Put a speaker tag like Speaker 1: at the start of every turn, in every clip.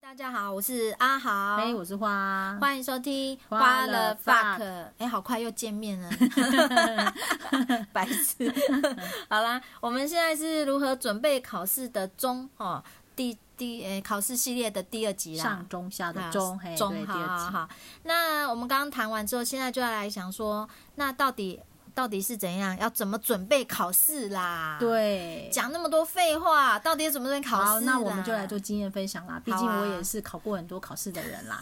Speaker 1: 大家好，我是阿豪，
Speaker 2: 哎、我是花，
Speaker 1: 欢迎收听
Speaker 2: 花
Speaker 1: 了
Speaker 2: 了
Speaker 1: fuck，
Speaker 2: fuck
Speaker 1: 哎、好快又见面 了，白痴。 好啦，我们现在是如何准备考试的中哦，第第诶、考试系列的第二集啦，
Speaker 2: 上中下的
Speaker 1: 啊
Speaker 2: 中，嘿，对，
Speaker 1: 中，
Speaker 2: 第
Speaker 1: 好好
Speaker 2: 二集。
Speaker 1: 好。那我们刚刚谈完之后，现在就要来想说，那到底到底是怎样，要怎么准备考试啦？，
Speaker 2: 对，
Speaker 1: 讲那么多废话，到底怎么准备考试
Speaker 2: 好，
Speaker 1: 啦？
Speaker 2: 那我们就来做经验分享啦。毕
Speaker 1: 好
Speaker 2: 竟
Speaker 1: 啊
Speaker 2: 我也是考过很多考试的人 啦。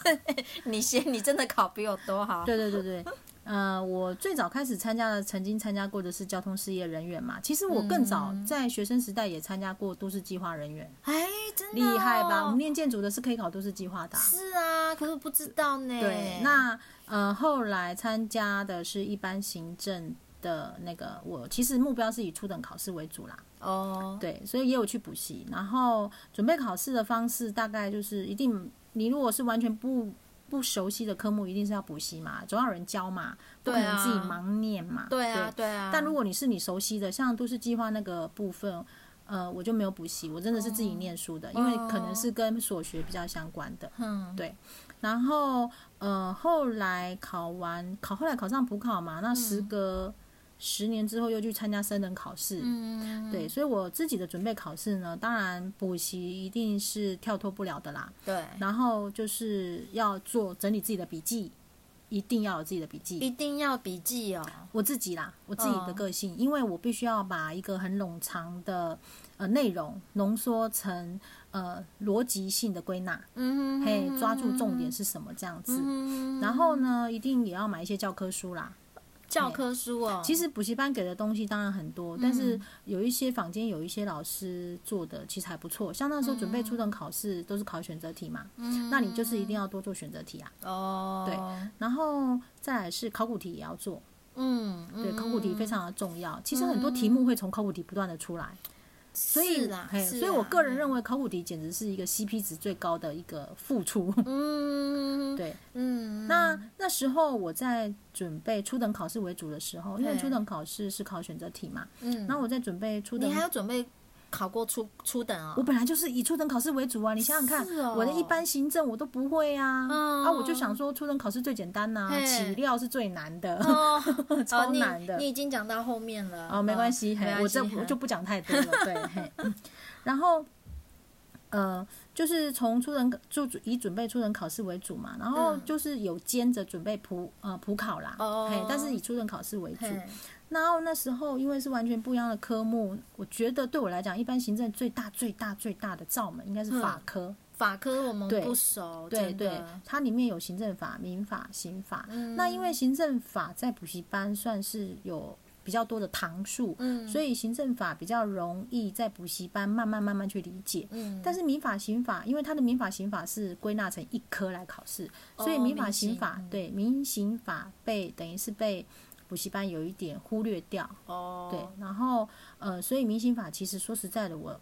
Speaker 1: 你先，你真的考比我多好。
Speaker 2: 对对对对，呃，我最早开始参加的，曾经参加过的是交通事业人员嘛。其实我更早
Speaker 1: 嗯
Speaker 2: 在学生时代也参加过都市计划人员，
Speaker 1: 哎，真的、
Speaker 2: 厉
Speaker 1: 哦、
Speaker 2: 害吧？我们念建筑的是可以考都市计划的啊。
Speaker 1: 是啊，可是我不知道呢。
Speaker 2: 对，那呃，后来参加的是一般行政的那个，我其实目标是以初等考试为主啦。
Speaker 1: 哦，
Speaker 2: 对，所以也有去补习，然后准备考试的方式大概就是一定，你如果是完全不不熟悉的科目，一定是要补习嘛，总要有人教嘛，不可
Speaker 1: 对
Speaker 2: 能
Speaker 1: 啊
Speaker 2: 自己盲念嘛。
Speaker 1: 对啊，对啊。
Speaker 2: 但如果你是你熟悉的，像都市计划那个部分，呃，我就没有补习，我真的是自己念书
Speaker 1: 哦
Speaker 2: 的，因为可能是跟所学比较相关的。
Speaker 1: 嗯，
Speaker 2: 然后呃，后来考完考，后来考上补考嘛，那时隔十年之后又去参加升等考试，
Speaker 1: 嗯，
Speaker 2: 对，所以我自己的准备考试呢，当然补习一定是跳脱不了的啦。
Speaker 1: 对，
Speaker 2: 然后就是要做整理自己的笔记，一定要有自己的笔记。
Speaker 1: 一嗯定要笔记哦。
Speaker 2: 我自己啦，我自己的个性，因为我必须要把一个很冗长的呃内容浓缩成呃逻辑性的归纳，
Speaker 1: 嗯，
Speaker 2: 嘿，抓住重点是什么这样子。
Speaker 1: 嗯，
Speaker 2: 然后呢，一定也要买一些教科书啦。
Speaker 1: 教科书哦。
Speaker 2: 其
Speaker 1: 实
Speaker 2: 实补习班给的东西当然很多，但
Speaker 1: 嗯
Speaker 2: 是有一些坊间有一些老师做的其实还不错。像那时候准备
Speaker 1: 嗯
Speaker 2: 初等考试都是考选择题嘛，那你就是一定要多做选择题啊。
Speaker 1: 哦，对，
Speaker 2: 然后再来是考古题也要做，
Speaker 1: 嗯，
Speaker 2: 对，
Speaker 1: 嗯
Speaker 2: 考古题非常的重要。其实很多题目会从考古题不断的出来，所以
Speaker 1: 是啦，
Speaker 2: 嘿，
Speaker 1: 是
Speaker 2: 所以我
Speaker 1: 啦嗯
Speaker 2: 个人认为考古题简直是一个 CP 值最高的一个付出。
Speaker 1: 嗯，
Speaker 2: 对，
Speaker 1: 嗯，
Speaker 2: 那那时候我在准备初等考试为主的时候，因为
Speaker 1: 对
Speaker 2: 初等考试是考选择题嘛，
Speaker 1: 嗯，
Speaker 2: 那我在准备初等
Speaker 1: 你，还要准备考过初初等
Speaker 2: 我
Speaker 1: 哦。
Speaker 2: 本来就是以初等考试为主啊。你想想看，
Speaker 1: 是哦
Speaker 2: 我的一般行政我都不会啊，
Speaker 1: 嗯
Speaker 2: 啊，我就想说初等考试最简单呐、
Speaker 1: 嘿
Speaker 2: 起料是最难的，
Speaker 1: 哦，
Speaker 2: 超
Speaker 1: 哦你
Speaker 2: 难的。
Speaker 1: 你已经讲到后面了。
Speaker 2: 哦，没关系，
Speaker 1: 没
Speaker 2: 嘿
Speaker 1: 关
Speaker 2: 我这
Speaker 1: 系
Speaker 2: 我就不讲太多了， 对，嘿，嗯然后。呃，就是从初等就以准备初等考试为主嘛，然后
Speaker 1: 嗯
Speaker 2: 就是有兼着准备普呃普考啦，
Speaker 1: 哦
Speaker 2: 嘿，但是以初等考试为主。
Speaker 1: 嘿
Speaker 2: 然后那时候因为是完全不一样的科目，我觉得对我来讲，一般行政最大、最大、最大的罩门应该是法科。
Speaker 1: 法科我们
Speaker 2: 对
Speaker 1: 不熟，
Speaker 2: 对
Speaker 1: 真
Speaker 2: 对
Speaker 1: 的，
Speaker 2: 它里面有行政法、民法、刑法。
Speaker 1: 嗯
Speaker 2: 那因为行政法在补习班算是有比较多的堂数，
Speaker 1: 嗯，
Speaker 2: 所
Speaker 1: 以
Speaker 2: 以行政法比较容易在补习班慢慢慢慢去理解。
Speaker 1: 嗯，
Speaker 2: 但是民法、刑法，因为它的民法、刑法是归纳成一科来考试，所以
Speaker 1: 哦
Speaker 2: 民法、
Speaker 1: 民
Speaker 2: 刑
Speaker 1: 刑
Speaker 2: 法、
Speaker 1: 嗯
Speaker 2: 对民刑法被等于是被补习班有一点忽略掉。
Speaker 1: 哦，
Speaker 2: 对，然后呃，所以民刑法其实说实在的，我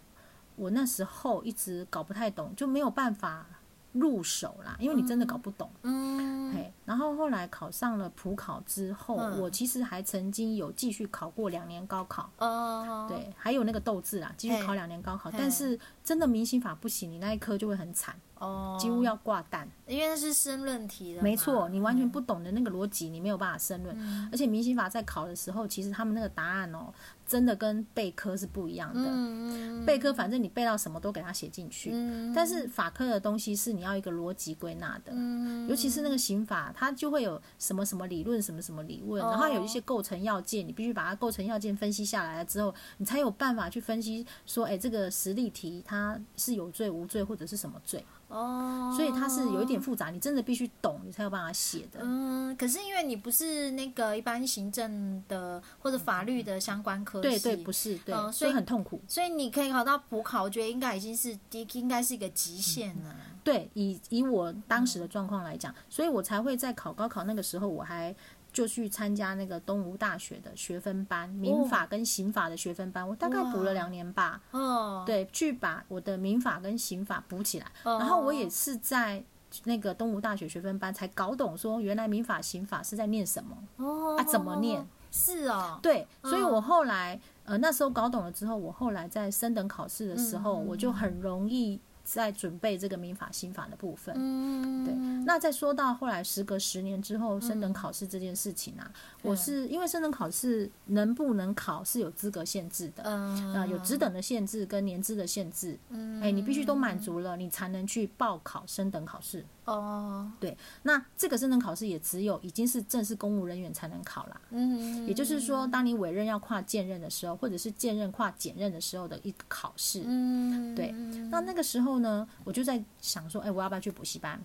Speaker 2: 我那时候一直搞不太懂，就没有办法入手啦，因为你真的搞不懂。
Speaker 1: 嗯，
Speaker 2: 嘿，然后后来考上了普考之后，
Speaker 1: 嗯
Speaker 2: 我其实还曾经有继续考过两年高考。
Speaker 1: 哦，，
Speaker 2: 对，还有那个斗志啦，继续
Speaker 1: 嘿
Speaker 2: 考两年高考，
Speaker 1: 嘿
Speaker 2: 但是真的民刑法不行，你那一科就会很惨，
Speaker 1: 哦，
Speaker 2: 几乎，要挂蛋。
Speaker 1: 因为那是申论题的嘛，
Speaker 2: 没错，你完全不懂的那个逻辑，你没有办法申论。
Speaker 1: 嗯，
Speaker 2: 而且民刑法在考的时候，其实他们那个答案哦，真的跟备科是不一样的。
Speaker 1: 嗯嗯，
Speaker 2: 备课，反正你背到什么都给它写进去。
Speaker 1: 嗯，
Speaker 2: 但是法科的东西是你要一个逻辑归纳的，
Speaker 1: 嗯，
Speaker 2: 尤其是那个刑法，它就会有什么什么理论，什么什么理论，
Speaker 1: 哦
Speaker 2: 然后有一些构成要件，你必须把它构成要件分析下来了之后，你才有办法去分析说，哎，这个实例题它是有罪无罪或者是什么罪，
Speaker 1: 哦，
Speaker 2: 所以它是有一点复杂，你真的必须懂，你才有办法写的。
Speaker 1: 嗯，可是因为你不是那个一般行政的或者法律的相关科
Speaker 2: 对
Speaker 1: 系
Speaker 2: 对，不是对
Speaker 1: 嗯，所
Speaker 2: 所
Speaker 1: 以
Speaker 2: 以很痛苦。
Speaker 1: 所以你可以考到补考，我觉得应该已经是低，应该是一个极限啊了。
Speaker 2: 对，以以我当
Speaker 1: 嗯
Speaker 2: 时的状况来讲，所以我才会在考高考那个时候，我还就去参加那个东吴大学的学分班，民法跟刑法的学分班，我大概补了两年吧。
Speaker 1: 哦，
Speaker 2: 嗯对，去把我的民法跟刑法补起来，
Speaker 1: 哦
Speaker 2: 然后我也是在。那个东吴大学学分班才搞懂，说原来民法、刑法是在念什么
Speaker 1: 哦
Speaker 2: 啊？怎么念？？
Speaker 1: 是哦，
Speaker 2: 对，所以我后
Speaker 1: 嗯
Speaker 2: 来呃那时候搞懂了之后，我后来在升等考试的时候，我就很容易在准备这个民法、刑法的部分。
Speaker 1: 嗯，
Speaker 2: 对，那再说到后来，时隔十年之后，
Speaker 1: 嗯
Speaker 2: 升等考试这件事情啊，我是因为升等考试能不能考是有资格限制的，
Speaker 1: 嗯
Speaker 2: 啊，有职等的限制跟年资的限制，
Speaker 1: 嗯
Speaker 2: 哎，你必须都满足了，你才能去报考升等考试。
Speaker 1: 哦，
Speaker 2: 对，那这个升等考试也只有已经是正式公务人员才能考啦。
Speaker 1: 嗯，
Speaker 2: 也就是说，当你委任要跨兼任的时候，或者是兼任跨检任的时候的一个考试。
Speaker 1: 嗯，
Speaker 2: 对那那个时候呢，我就在想说，哎，我要不要去补习班？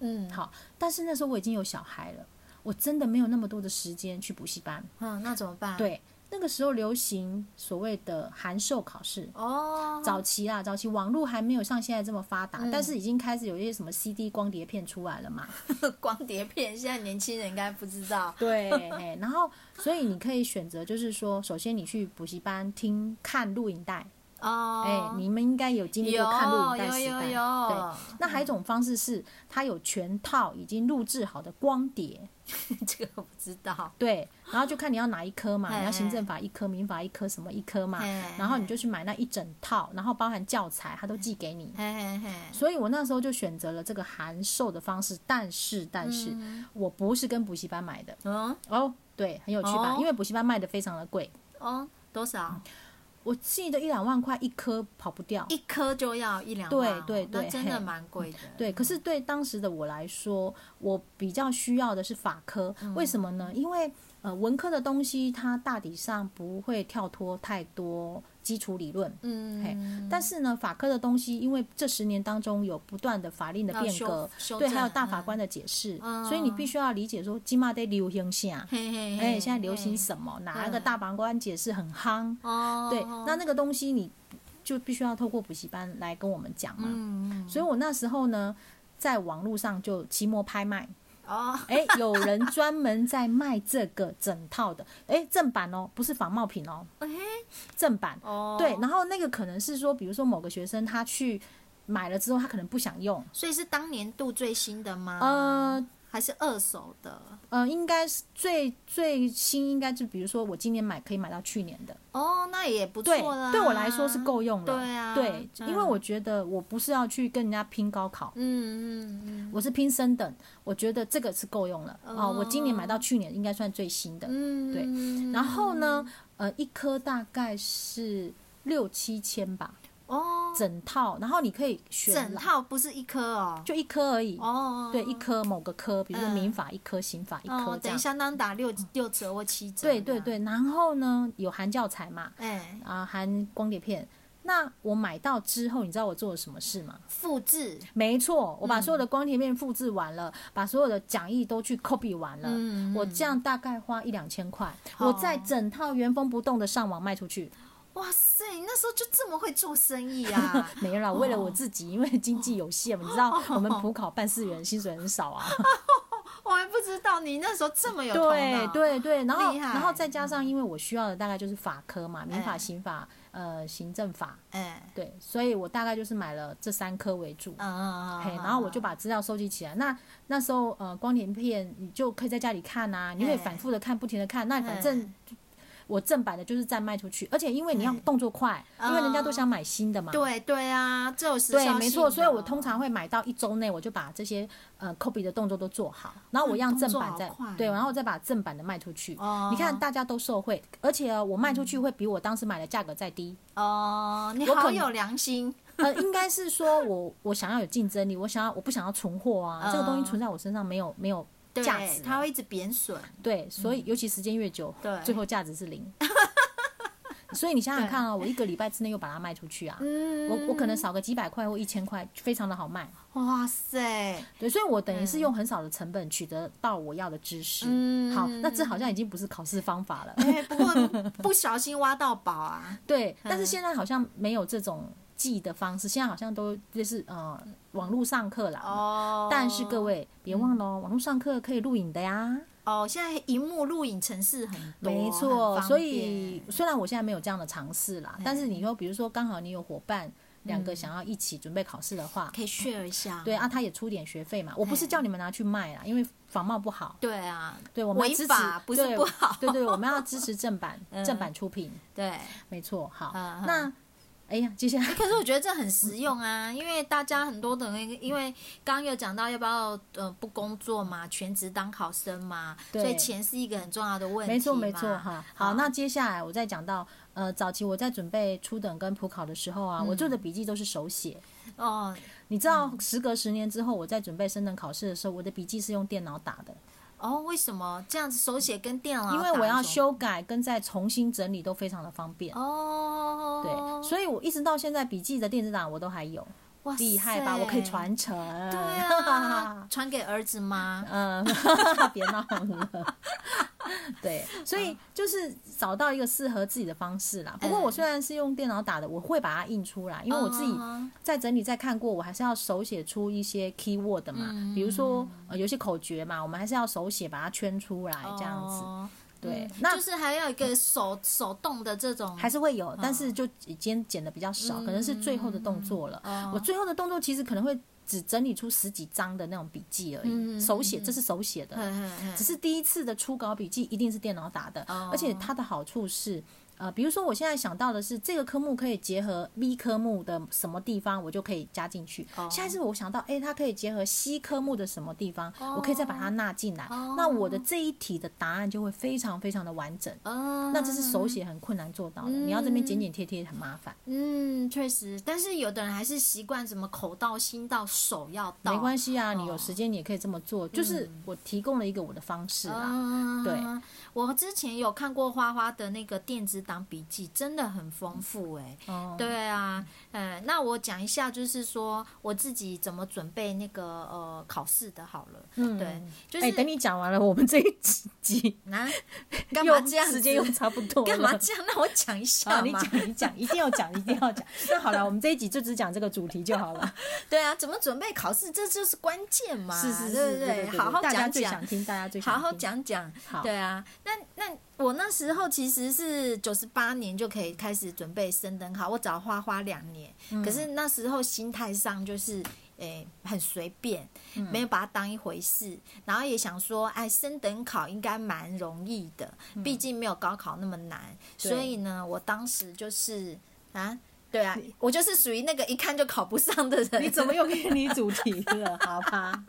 Speaker 1: 嗯，
Speaker 2: 好，但是那时候我已经有小孩了，我真的没有那么多的时间去补习班。
Speaker 1: 嗯，那怎么办？，
Speaker 2: 对，那个时候流行所谓的函授考试。
Speaker 1: 哦，
Speaker 2: 早期啦，早期网络还没有像现在这么发达，
Speaker 1: 嗯
Speaker 2: 但是已经开始有一些什么 CD 光碟片出来 了嘛。
Speaker 1: 光碟片，现在年轻人应该不知道。
Speaker 2: 对，哎然后所以你可以选择，就是说，首先你去补习班听看录影带，
Speaker 1: 哦，
Speaker 2: 哎、你们应该有经历
Speaker 1: 有
Speaker 2: 过看录影带时代。
Speaker 1: 有有
Speaker 2: 对
Speaker 1: 有，
Speaker 2: 那还有一种方式是，它有全套已经录制好的光碟，
Speaker 1: 这个我不知道。
Speaker 2: 对，然后就看你要哪一科嘛，
Speaker 1: 嘿
Speaker 2: 你要行政法一科、民法一科什么一科嘛
Speaker 1: 嘿，
Speaker 2: 然后你就去买那一整套，然后包含教材，它都寄给你。
Speaker 1: 嘿嘿嘿，
Speaker 2: 所以我那时候就选择了这个函授的方式，但是但是、我不是跟补习班买的
Speaker 1: 嗯，
Speaker 2: 哦，对，很有趣吧？
Speaker 1: 哦
Speaker 2: 因为补习班卖的非常的贵，
Speaker 1: 哦，多少？
Speaker 2: 我记得一两万块一颗跑不掉。
Speaker 1: 一颗就要一两万哦，
Speaker 2: 对对对
Speaker 1: 那真的
Speaker 2: 嘿
Speaker 1: 蛮贵的。
Speaker 2: 对，可是对当时的我来说，我比较需要的是法科，
Speaker 1: 嗯
Speaker 2: 为什么呢？因为呃，文科的东西它大体上不会跳脱太多基础理论，
Speaker 1: 嗯，
Speaker 2: 但是呢，法科的东西，因为这十年当中有不断的法令的
Speaker 1: 要
Speaker 2: 变
Speaker 1: 修
Speaker 2: 革，
Speaker 1: 修
Speaker 2: 对，还有
Speaker 1: 正
Speaker 2: 大法
Speaker 1: 嗯
Speaker 2: 官的解释，
Speaker 1: 嗯
Speaker 2: 所以你必须要理解说，今嘛得流行下，
Speaker 1: 嘿嘿
Speaker 2: 哎、
Speaker 1: 嘿，
Speaker 2: 现在流行
Speaker 1: 嘿
Speaker 2: 什么，哪一
Speaker 1: 嗯
Speaker 2: 个大法官解释很夯，
Speaker 1: 哦，
Speaker 2: 对，那那个东西你就必须要透过补习班来跟我们讲嘛。
Speaker 1: 嗯，
Speaker 2: 所以我那时候呢，在网络上就期末拍卖，
Speaker 1: 哦，
Speaker 2: 哎、有人专门在卖这个整套的，哎、正版哦，不是仿冒品哦，
Speaker 1: 哎，
Speaker 2: 正版。
Speaker 1: 哦，
Speaker 2: 对，，然后那个可能是说，比如说某个学生他去买了之后，他可能不想用，
Speaker 1: 所以是当年度最新的吗？
Speaker 2: 呃
Speaker 1: 还是二手的？
Speaker 2: 呃，应该是最最新应该就比如说我今年买可以买到去年的，
Speaker 1: 哦，那也不
Speaker 2: 对
Speaker 1: 错啦。，
Speaker 2: 对我来说是够用了。
Speaker 1: 对啊
Speaker 2: 对
Speaker 1: 嗯
Speaker 2: 因为我觉得我不是要去跟人家拼高考。
Speaker 1: 嗯嗯
Speaker 2: 我是拼升等，我觉得这个是够用了哦。我今年买到去年应该算最新的，
Speaker 1: 嗯，
Speaker 2: 对
Speaker 1: 对
Speaker 2: 然后呢，呃，一颗大概是六七千吧，
Speaker 1: 哦，
Speaker 2: 整套，然后你可以选
Speaker 1: 整
Speaker 2: 啦
Speaker 1: 套不是一颗哦，
Speaker 2: 就一颗而已，
Speaker 1: 哦，
Speaker 2: 对，一颗某个科，比如说
Speaker 1: 嗯
Speaker 2: 民法一颗、刑法一
Speaker 1: 哦
Speaker 2: 颗，这
Speaker 1: 等于
Speaker 2: 样。
Speaker 1: 相当打六六折或七折。
Speaker 2: 对对，对，然后呢，有含教材嘛，
Speaker 1: 哎，
Speaker 2: 啊，含光碟片。那我买到之后，你知道我做了什么事吗？
Speaker 1: 复制，
Speaker 2: 没错，
Speaker 1: 嗯
Speaker 2: 我把所有的光碟片复制完了，把所有的讲义都去 copy 完了。
Speaker 1: 嗯
Speaker 2: 呃
Speaker 1: 哦
Speaker 2: 我这样大概花一两千块，
Speaker 1: 好
Speaker 2: 我再整套原封不动的上网卖出去。
Speaker 1: 哇塞，你那时候就这么会做生意 啊！
Speaker 2: 没有啦，为了我自己，因为经济有限嘛，你知
Speaker 1: 哦
Speaker 2: 道我们普考办事员薪水很少啊。
Speaker 1: 我还不知道你那时候这么有头
Speaker 2: 对
Speaker 1: 脑。
Speaker 2: 对对，然后
Speaker 1: 厉害
Speaker 2: 然后再加上，因为我需要的大概就是法科嘛，民法、
Speaker 1: 哎
Speaker 2: 刑法、呃行政法，
Speaker 1: 哎，
Speaker 2: 对，所以我大概就是买了这三科为主。
Speaker 1: 嗯嗯嗯，
Speaker 2: 嘿，然后我就把资料收集起来。那那时候呃，光碟片你就可以在家里看啊，你会
Speaker 1: 哎
Speaker 2: 反复的看，不停的看。那反
Speaker 1: 哎哎
Speaker 2: 正我正版的就是再卖出去，而且因为你要动作快，因为人家都想买新的嘛。
Speaker 1: 嗯对对啊，这有时
Speaker 2: 对，没错，所以我通常会买到一周内，我就把这些呃 copy 的动作都做好，然后我
Speaker 1: 嗯
Speaker 2: 让
Speaker 1: 动
Speaker 2: 正
Speaker 1: 作
Speaker 2: 版
Speaker 1: 好
Speaker 2: 再
Speaker 1: 快
Speaker 2: 对，
Speaker 1: 哦
Speaker 2: 然后再把正版的卖出去。
Speaker 1: 哦
Speaker 2: 你看大家都受惠，而且、哦我卖出去会比我当时买的价格再 低。
Speaker 1: 哦，你
Speaker 2: 我可
Speaker 1: 好
Speaker 2: 能
Speaker 1: 有良心，
Speaker 2: 呃，应该是说我我想要有竞争力，我想要我不想要存货啊，这个东西
Speaker 1: 嗯
Speaker 2: 存在我身上没有没有
Speaker 1: 对
Speaker 2: 价值，
Speaker 1: 它会一直贬损。
Speaker 2: 对，所以尤其时间越久，
Speaker 1: 嗯对
Speaker 2: 最后价值 是零。所以你想想看啊、我一个礼拜之内又把它卖出去啊，
Speaker 1: 嗯
Speaker 2: 我我可能少个几百块或一千块，非常的好卖。
Speaker 1: 哇塞，
Speaker 2: 对，所以我等于是用很少的成本取得到我要的知识。
Speaker 1: 嗯
Speaker 2: 好，那这好像已经不是考试方法了。
Speaker 1: 哎，不过不小心挖到宝 啊，
Speaker 2: 对，但是现在好像没有这种记的方式，现在好像都就是呃网络上课啦。
Speaker 1: 哦，
Speaker 2: 但是各位别忘了哦，网络上课可以录影的呀。
Speaker 1: 哦，现在荧幕录影程式很多，
Speaker 2: 没错，
Speaker 1: 哦很方
Speaker 2: 所以
Speaker 1: 便嗯
Speaker 2: 虽然我现在没有这样的尝试啦，但是你说比如说刚好你有伙伴两个想要一起准备考试的话，
Speaker 1: 可以 share 一下。
Speaker 2: 对啊，他也出点学费嘛。我不是
Speaker 1: 哎
Speaker 2: 叫你们拿去卖啦，因为仿冒不好。
Speaker 1: 对啊，
Speaker 2: 对，我们要
Speaker 1: 违
Speaker 2: 支持
Speaker 1: 法不是
Speaker 2: 对
Speaker 1: 不好
Speaker 2: 对对，我们要支持正版，
Speaker 1: 嗯
Speaker 2: 正版出品，
Speaker 1: 对，
Speaker 2: 没错。好，
Speaker 1: 嗯嗯
Speaker 2: 那哎呀，接下来
Speaker 1: 可是我觉得这很实用啊，因为大家很多的那个，因为刚刚有讲到要不要呃不工作嘛，全职当考生嘛，
Speaker 2: 对
Speaker 1: 所以钱是一个很重要的问题嘛。
Speaker 2: 没错没错哈。好，
Speaker 1: 好
Speaker 2: 那接下来我再讲到呃，早期我在准备初等跟普考的时候啊，
Speaker 1: 嗯
Speaker 2: 我做的笔记都是手写。
Speaker 1: 哦
Speaker 2: 你知道，时隔十年之后，我在准备升等考试的时候，我的笔记是用电脑打的，
Speaker 1: 哦，为什么这样子手写跟电脑？
Speaker 2: 因为我要。修改跟再重新整理都非常的方便。
Speaker 1: 哦，
Speaker 2: 对，所以我一直到现在笔记的电子档我都还有，
Speaker 1: 哇塞
Speaker 2: 厉害吧？我可以。传承。
Speaker 1: 对 啊，，传给儿子吗？
Speaker 2: 嗯， 别闹了。对，所
Speaker 1: 嗯
Speaker 2: 以就是找到一个适合自己的方式啦。不过我虽然是用电脑打的，我会把它印出 来，因为我自己
Speaker 1: 嗯
Speaker 2: 在整理、在看过，我还是要手写出一些 keyword 嘛，
Speaker 1: 嗯
Speaker 2: 比如说、呃、有些口诀嘛，我们还是要手写把它圈出来，哎这样子、
Speaker 1: 哦
Speaker 2: 对
Speaker 1: 嗯
Speaker 2: 那
Speaker 1: 就是还要一个手手动的这种，
Speaker 2: 还是会有，但
Speaker 1: 嗯
Speaker 2: 是就已经剪的比较少，可能是最后的动作了。
Speaker 1: 哦
Speaker 2: 我最后的动作其实可能会只整理出十几张的那种笔记而已，
Speaker 1: 嗯嗯嗯
Speaker 2: 手写
Speaker 1: 嗯
Speaker 2: 这是手写的，
Speaker 1: 嘿嘿嘿
Speaker 2: 只是第一次的初稿笔记一定是电脑打的，
Speaker 1: 嗯哦
Speaker 2: 而且它的好处是，呃，比如说我现在想到的是这个科目可以结合 B 科目的什么地方，我就可以加进去。
Speaker 1: 哦
Speaker 2: 下一次我想到，哎诶，它可以结合 C 科目的什么地方，我可以再把它纳进来，
Speaker 1: 哦
Speaker 2: 那我的这一题的答案就会非常非常的完整。
Speaker 1: 哦，
Speaker 2: 那这是手写很困难做到的，你要这边剪剪贴贴很麻烦。
Speaker 1: 嗯，确实，但是有的人还是习惯什么口到心到手要到，
Speaker 2: 没关
Speaker 1: 系
Speaker 2: 系啊，你有时间你也可以这么做，就是我提供了一个我的方式啊啦。
Speaker 1: 嗯，
Speaker 2: 对，
Speaker 1: 我之前有看过花花的那个电子档笔记，真的很丰富哎、
Speaker 2: 哦，
Speaker 1: 对啊，呃，那我讲一下，就是说我自己怎么准备那个呃考试的好了。
Speaker 2: 嗯
Speaker 1: 对，就
Speaker 2: 哎，
Speaker 1: 是
Speaker 2: 等你讲完了，我们这一集
Speaker 1: 啊，干 嘛
Speaker 2: 又
Speaker 1: 这样
Speaker 2: 时
Speaker 1: 子？
Speaker 2: 间又差不多了，
Speaker 1: 干嘛这样？那我讲一
Speaker 2: 好，
Speaker 1: 下
Speaker 2: 你
Speaker 1: 嘛。
Speaker 2: 讲，你讲，一定要讲，一定 要讲。那好了，我们这一集就只讲这个主题就好了。
Speaker 1: 对啊，怎么准备考试，这就是关键嘛。
Speaker 2: 是是是，
Speaker 1: 对不
Speaker 2: 对对对
Speaker 1: 好好
Speaker 2: 大家
Speaker 1: 讲
Speaker 2: 最
Speaker 1: 讲。
Speaker 2: 想听，大家最想
Speaker 1: 好好
Speaker 2: 听。
Speaker 1: 讲讲
Speaker 2: 好，
Speaker 1: 对啊，那那我那时候其实是九十八年就可以开始准备升等考，我找花花两年，
Speaker 2: 嗯
Speaker 1: 可是那时候心态上就是。诶、很随便，
Speaker 2: 嗯
Speaker 1: 没有把它当一回事，然后也想说，哎，升等考应该蛮容易的，毕竟没有高考那么难，
Speaker 2: 嗯对
Speaker 1: 所以呢，我当时就是啊，对啊，我就是属于那个一看就考不上的人。
Speaker 2: 你怎么又偏离主题 了？好吧，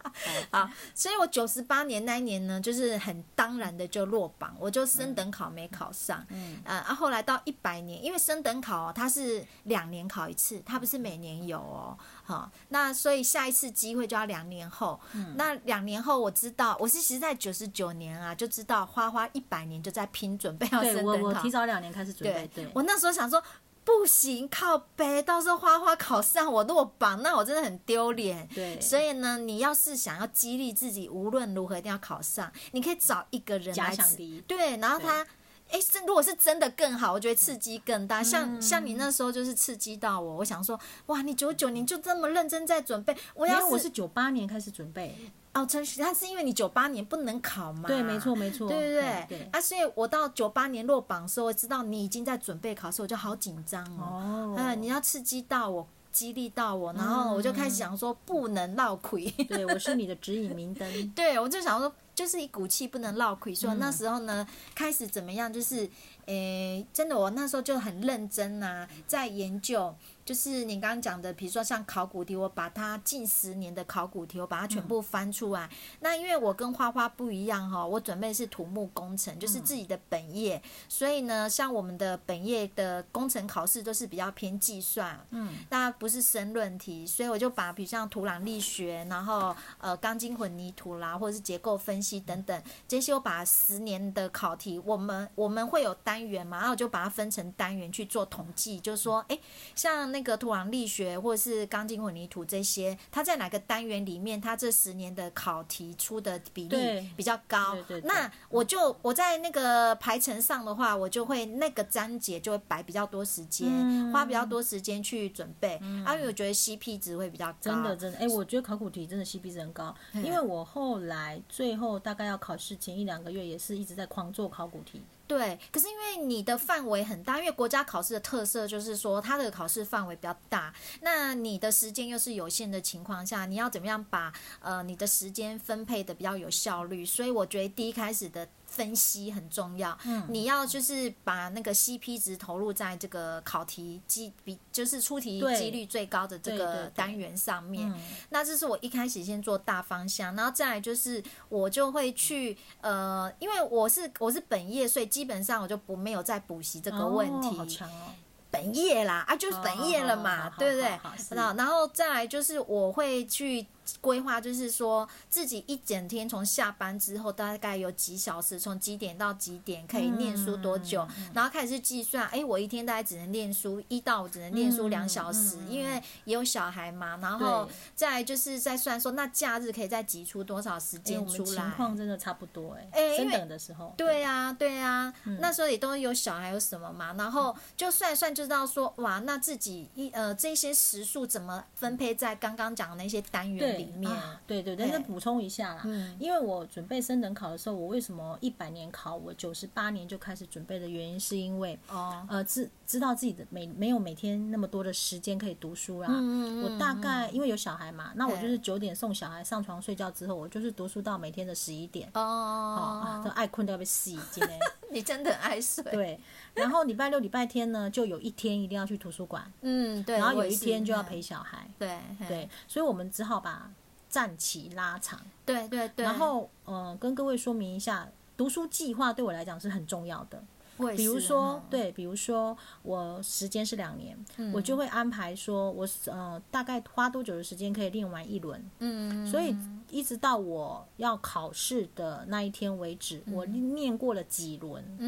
Speaker 1: 好，所以我九十八年那一年呢，就是很当然的就落榜，我就升等考没考上。
Speaker 2: 嗯
Speaker 1: 嗯，呃，啊，后来到一百年，因为升等考、哦、它是两年考一次，它不是每年有哦。好、那所以下一次机会就要两年后。
Speaker 2: 嗯
Speaker 1: 那两年后我知道，我是其实在九十九年啊，就知道花花一百年就在拼，准备要升
Speaker 2: 对我
Speaker 1: 等
Speaker 2: 我
Speaker 1: 考
Speaker 2: 提。早两年开始准备，对，
Speaker 1: 我那时候想说。不行，靠背，到时候花花考上我落榜，那我真的很丢脸。
Speaker 2: 对
Speaker 1: 所以呢，你要是想要激励自己，无论如何一定要考上，你可以找一个人
Speaker 2: 假
Speaker 1: 来
Speaker 2: 想
Speaker 1: 刺
Speaker 2: 敌
Speaker 1: 对，然后他。哎，这如果是真的更好，我觉得刺激更大。
Speaker 2: 嗯
Speaker 1: 像像你那时候就是刺激到我，我想说，哇，你九九年就这么认真在准备，我
Speaker 2: 因
Speaker 1: 要
Speaker 2: 为
Speaker 1: 是
Speaker 2: 我是九八年开始准备，
Speaker 1: 哦，陈旭，他是因为你九八年不能考嘛？
Speaker 2: 对，没错，没错，
Speaker 1: 对对
Speaker 2: 嗯
Speaker 1: 哦对，啊，所以我到九八年落榜的时候，我知道你已经在准备考试，我就好紧张哦。嗯
Speaker 2: 哦，
Speaker 1: 哎，你要刺激到我，激励到我，然后我就开始想说，不能落亏。，
Speaker 2: 对我是你的指引明灯
Speaker 1: 对，我就想说，就是一股气不能落亏。所以那时候呢，开始怎么样？就是，诶，真的，我那时候就很认真啊，在研究。就是你刚刚讲的，比如说像考古题，我把它近十年的考古题，我把它全部翻出来。那因为我跟花花不一样哈、我准备是土木工程，就是自己的本业，所以呢，像我们的本业的工程考试都是比较偏计算，
Speaker 2: 嗯，
Speaker 1: 那不是申论题，所以我就把比如像土壤力学，然后呃钢筋混凝土啦，或者是结构分析等等这些，我把十年的考题，我们我们会有单元嘛，然后我就把它分成单元去做统计，就是说，诶，像那个土壤力学或者是钢筋混凝土这些，它在哪个单元里面，它这十年的考题出的比
Speaker 2: 对
Speaker 1: 例比较高，
Speaker 2: 对对对
Speaker 1: 那我就我在那个排程上的话，我就会那个章节就会摆比较多时间，
Speaker 2: 嗯
Speaker 1: 花比较多时间去准备，啊，因为我觉得 CP 值会比较高。
Speaker 2: 真的真的，哎、我觉得考古题真的 CP 值很高，
Speaker 1: 嗯
Speaker 2: 因为我后来最后大概要考试前一两个月，也是一直在狂做考古题，
Speaker 1: 对，可是因为你的范围很大，因为国家考试的特色就是说它的考试范围比较大，那你的时间又是有限的情况下，你要怎么样把呃你的时间分配的比较有效率？所以我觉得第一开始的分析很重要。
Speaker 2: 嗯
Speaker 1: 你要就是把那个 CP 值投入在这个考题机比，就是出题
Speaker 2: 对
Speaker 1: 几率最高的这
Speaker 2: 对对
Speaker 1: 个
Speaker 2: 对
Speaker 1: 单元上面。
Speaker 2: 嗯
Speaker 1: 那这是我一开始先做大方向，然后再来就是我就会去呃，因为我是我是本业，所以基本上我就不没有在补习这个问
Speaker 2: 哦
Speaker 1: 题。
Speaker 2: 好长哦，
Speaker 1: 本业啦，啊，就是本业了
Speaker 2: 好好
Speaker 1: 嘛，
Speaker 2: 好
Speaker 1: 对不
Speaker 2: 好
Speaker 1: 对
Speaker 2: 好好是？
Speaker 1: 然后然后再来就是我会去规划，就是说自己一整天从下班之后大概有几小时，从几点到几点可以念书多久，
Speaker 2: 嗯
Speaker 1: 然后开始去计算，哎，我一天大概只能念书一到五只能念书
Speaker 2: 嗯
Speaker 1: 两小时，
Speaker 2: 嗯嗯
Speaker 1: 因为也有小孩嘛，然后
Speaker 2: 对
Speaker 1: 再来就是再算说，那假日可以再挤出多少时
Speaker 2: 哎我
Speaker 1: 间
Speaker 2: 们
Speaker 1: 出
Speaker 2: 情
Speaker 1: 来？
Speaker 2: 况真的差不多哎、
Speaker 1: 哎因为
Speaker 2: 升等的时候，
Speaker 1: 对呀、对呀、那时候也都有小孩有什么嘛，然后就算一算就知道说，哇，那自己一呃这些时数怎么分配在刚刚讲的那些单元
Speaker 2: 对
Speaker 1: 里面？
Speaker 2: 啊对对对，
Speaker 1: 哎
Speaker 2: 那补充一下啦，
Speaker 1: 嗯
Speaker 2: 因为我准备升等考的时候，我为什么一百年考，我九十八年就开始准备的原因，是因为
Speaker 1: 哦，
Speaker 2: 呃知知道自己的每没有每天那么多的时间可以读书啊啦。
Speaker 1: 嗯嗯嗯
Speaker 2: 我大概因为有小孩嘛，那我
Speaker 1: 对
Speaker 2: 就是九点送小孩上床睡觉之后，我就是读书到每天的十一点，哦，啊都
Speaker 1: 哦，
Speaker 2: 爱困到被死已经 嘞。
Speaker 1: 你真的很爱睡。，
Speaker 2: 对，然后礼拜六、礼拜天呢，就有一天一定要去图书馆，
Speaker 1: 嗯，对。
Speaker 2: 然后
Speaker 1: 我
Speaker 2: 有
Speaker 1: 也
Speaker 2: 一
Speaker 1: 是
Speaker 2: 天就要
Speaker 1: 嗯
Speaker 2: 陪小孩，
Speaker 1: 对，嘿
Speaker 2: 对，所以我们只好把战期拉长。
Speaker 1: 对对对。
Speaker 2: 然后，嗯、跟各位说明一下，读书计划对我来讲是很重要的。
Speaker 1: 我也
Speaker 2: 比如
Speaker 1: 是
Speaker 2: 说，，
Speaker 1: 嗯
Speaker 2: 对，比如说我时间是两年，
Speaker 1: 嗯
Speaker 2: 我就会安排说我，呃大概花多久的时间可以练完一轮，
Speaker 1: 嗯，
Speaker 2: 所以一直到我要考试的那一天为止，我念过了几轮。
Speaker 1: 嗯嗯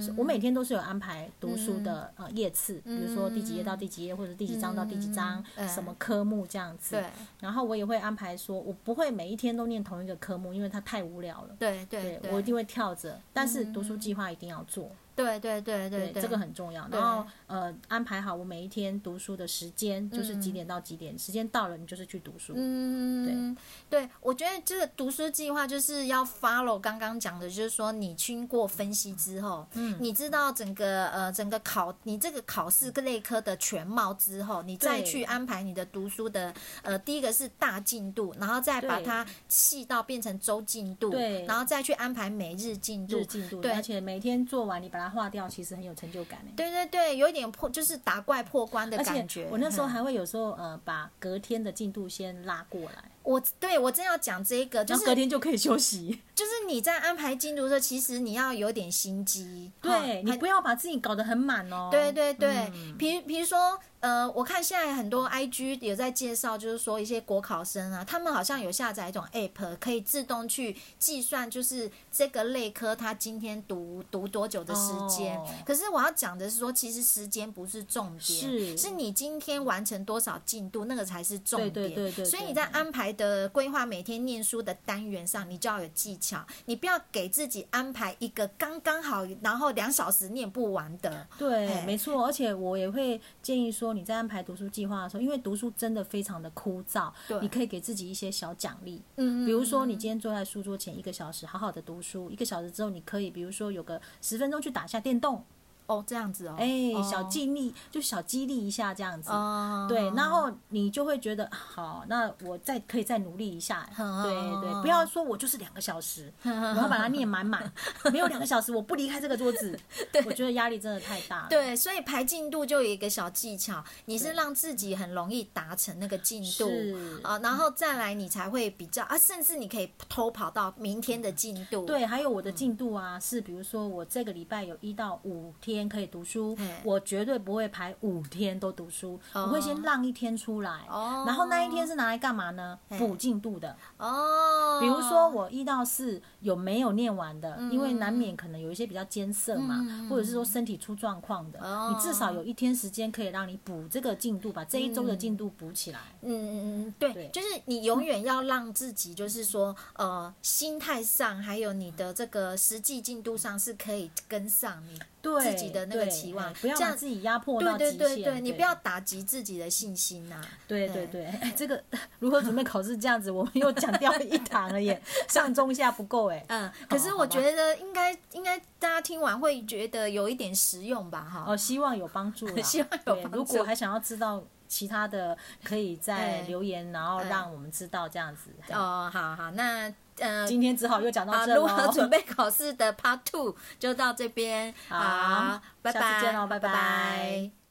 Speaker 1: 嗯，嗯
Speaker 2: 我每天都是有安排读书的、呃页次，比如说第几页到第几页，或者第几章到第几章，
Speaker 1: 嗯
Speaker 2: 什么科目这样子。
Speaker 1: 对
Speaker 2: 然后我也会安排说，我不会每一天都念同一个科目，因为它太无聊了。
Speaker 1: 对
Speaker 2: 对
Speaker 1: 对
Speaker 2: 我一定会跳着，但是读书计划一定要做，
Speaker 1: 对对对对对，
Speaker 2: 这个很重要。
Speaker 1: 对
Speaker 2: 然后呃，安排好我每一天读书的时间，就是几点到几点，时间到了你就是去读书。
Speaker 1: 嗯，对，我觉得这个读书计划就是要 follow 刚刚讲的，就是说你经过分析之后，嗯，你知道整个呃整个考你这个考试各类科的全貌之后，你再
Speaker 2: 对
Speaker 1: 去安排你的读书的呃第一个是大进度，然后再把
Speaker 2: 对
Speaker 1: 它细到变成周进度，
Speaker 2: 对
Speaker 1: 然后再去安排每日进度
Speaker 2: 日。进度，
Speaker 1: 对
Speaker 2: 而且每天做完你把它划掉，其实很有成就感诶。欸
Speaker 1: 对对对，有一点破，就是打怪破关的
Speaker 2: 而
Speaker 1: 感
Speaker 2: 且
Speaker 1: 觉。
Speaker 2: 我那时候
Speaker 1: 嗯
Speaker 2: 还会有时候呃，把隔天的进度先拉过来，
Speaker 1: 我对我正要讲这个，就
Speaker 2: 然后
Speaker 1: 是
Speaker 2: 隔天就可以休 息。
Speaker 1: 就是你在安排进度的时候，其实你要有点心机，哈
Speaker 2: 对你
Speaker 1: 很
Speaker 2: 不要把自己搞得很满哦。嗯
Speaker 1: 对对对，比比如说，呃，我看现在很多 IG 有在介绍，就是说一些国考生啊，他们好像有下载一种 App，可以自动去计算，就是这个类科他今天读读多久的时间。
Speaker 2: 哦
Speaker 1: 可是我要讲的是说，其实时间不是重点，
Speaker 2: 是
Speaker 1: 是你今天完成多少进度，那个才是重点。
Speaker 2: 对对对对对
Speaker 1: 所以你在安排的规划每天念书的单元上，你就要有技巧，你不要给自己安排一个刚刚好，然后两小时念不完的。
Speaker 2: 对，
Speaker 1: 哎
Speaker 2: 没错，而且我也会建议说，你在安排读书计划的时候，因为读书真的非常的枯燥
Speaker 1: 对，
Speaker 2: 你可以给自己一些小奖励，
Speaker 1: 嗯
Speaker 2: 比如说你今天坐在书桌前一个小时，好好的读书，一个小时之后，你可以比如说有个十分钟去打一下电动，
Speaker 1: 哦，这样子哦，
Speaker 2: 哎，
Speaker 1: 哦
Speaker 2: 小激励就小激励一下这样子，
Speaker 1: 哦，
Speaker 2: 对，然后你就会觉得好，那我再可以再努力一下，
Speaker 1: 嗯
Speaker 2: 对对，不要说我就是两个小时，我要把它念满满，没有两个小时我不离开这个 桌子，我觉得压力真的太大了。
Speaker 1: 对，所以排进度就有一个小技巧，你是让自己很容易达成那个进度
Speaker 2: 是
Speaker 1: 啊、然后再来你才会比较啊，甚至你可以偷跑到明天的进度。嗯
Speaker 2: 对，还有我的进度啊，是比如说我这个礼拜有一到五天可以读书
Speaker 1: 嗯，
Speaker 2: 我绝对不会排五天都读书，我会先让一天出来，
Speaker 1: 哦
Speaker 2: 然后那一天是拿来干嘛呢？补进度的。
Speaker 1: 哦，
Speaker 2: 比如说我一到四有没有念完的，因为难
Speaker 1: 嗯
Speaker 2: 免可能有一些比较艰涩嘛，或者是说身体出状况的，
Speaker 1: 哦
Speaker 2: 你至少有一天时间可以让你补这个进度，把这一周的进度补起来。
Speaker 1: 嗯嗯嗯，对，
Speaker 2: 对
Speaker 1: 就是你永远要让自己，就是说，呃，心态上还有你的这个实际进度上是可以跟上你
Speaker 2: 对
Speaker 1: 自己的那个
Speaker 2: 对
Speaker 1: 期望
Speaker 2: 哎不要
Speaker 1: 这
Speaker 2: 把
Speaker 1: 样
Speaker 2: 自己压迫
Speaker 1: 对
Speaker 2: 到极
Speaker 1: 对
Speaker 2: 限。
Speaker 1: 对对，你不要打击自己的信心呐、
Speaker 2: 对对 对，哎这个如何准备考试这样子，我们又讲掉了一堂了耶，上中下不够哎。
Speaker 1: 嗯，可是
Speaker 2: 好
Speaker 1: 我
Speaker 2: 吧
Speaker 1: 觉得应该应该大家听完会觉得有一点实用吧，哈。
Speaker 2: 哦，希望有帮助啦。
Speaker 1: 希望有
Speaker 2: 对
Speaker 1: 帮
Speaker 2: 如
Speaker 1: 助
Speaker 2: 果还想要知道其他的，可以再
Speaker 1: 哎
Speaker 2: 留言，然后
Speaker 1: 哎
Speaker 2: 让我们知道这样子。
Speaker 1: 哦，好好，那呃
Speaker 2: 今天只好又讲到
Speaker 1: 啊，
Speaker 2: 这
Speaker 1: 如
Speaker 2: 喽。
Speaker 1: 何准备考试的 Part Two 就到这边
Speaker 2: 好
Speaker 1: 啊，拜
Speaker 2: 下次
Speaker 1: 拜，
Speaker 2: 见哦拜拜
Speaker 1: 拜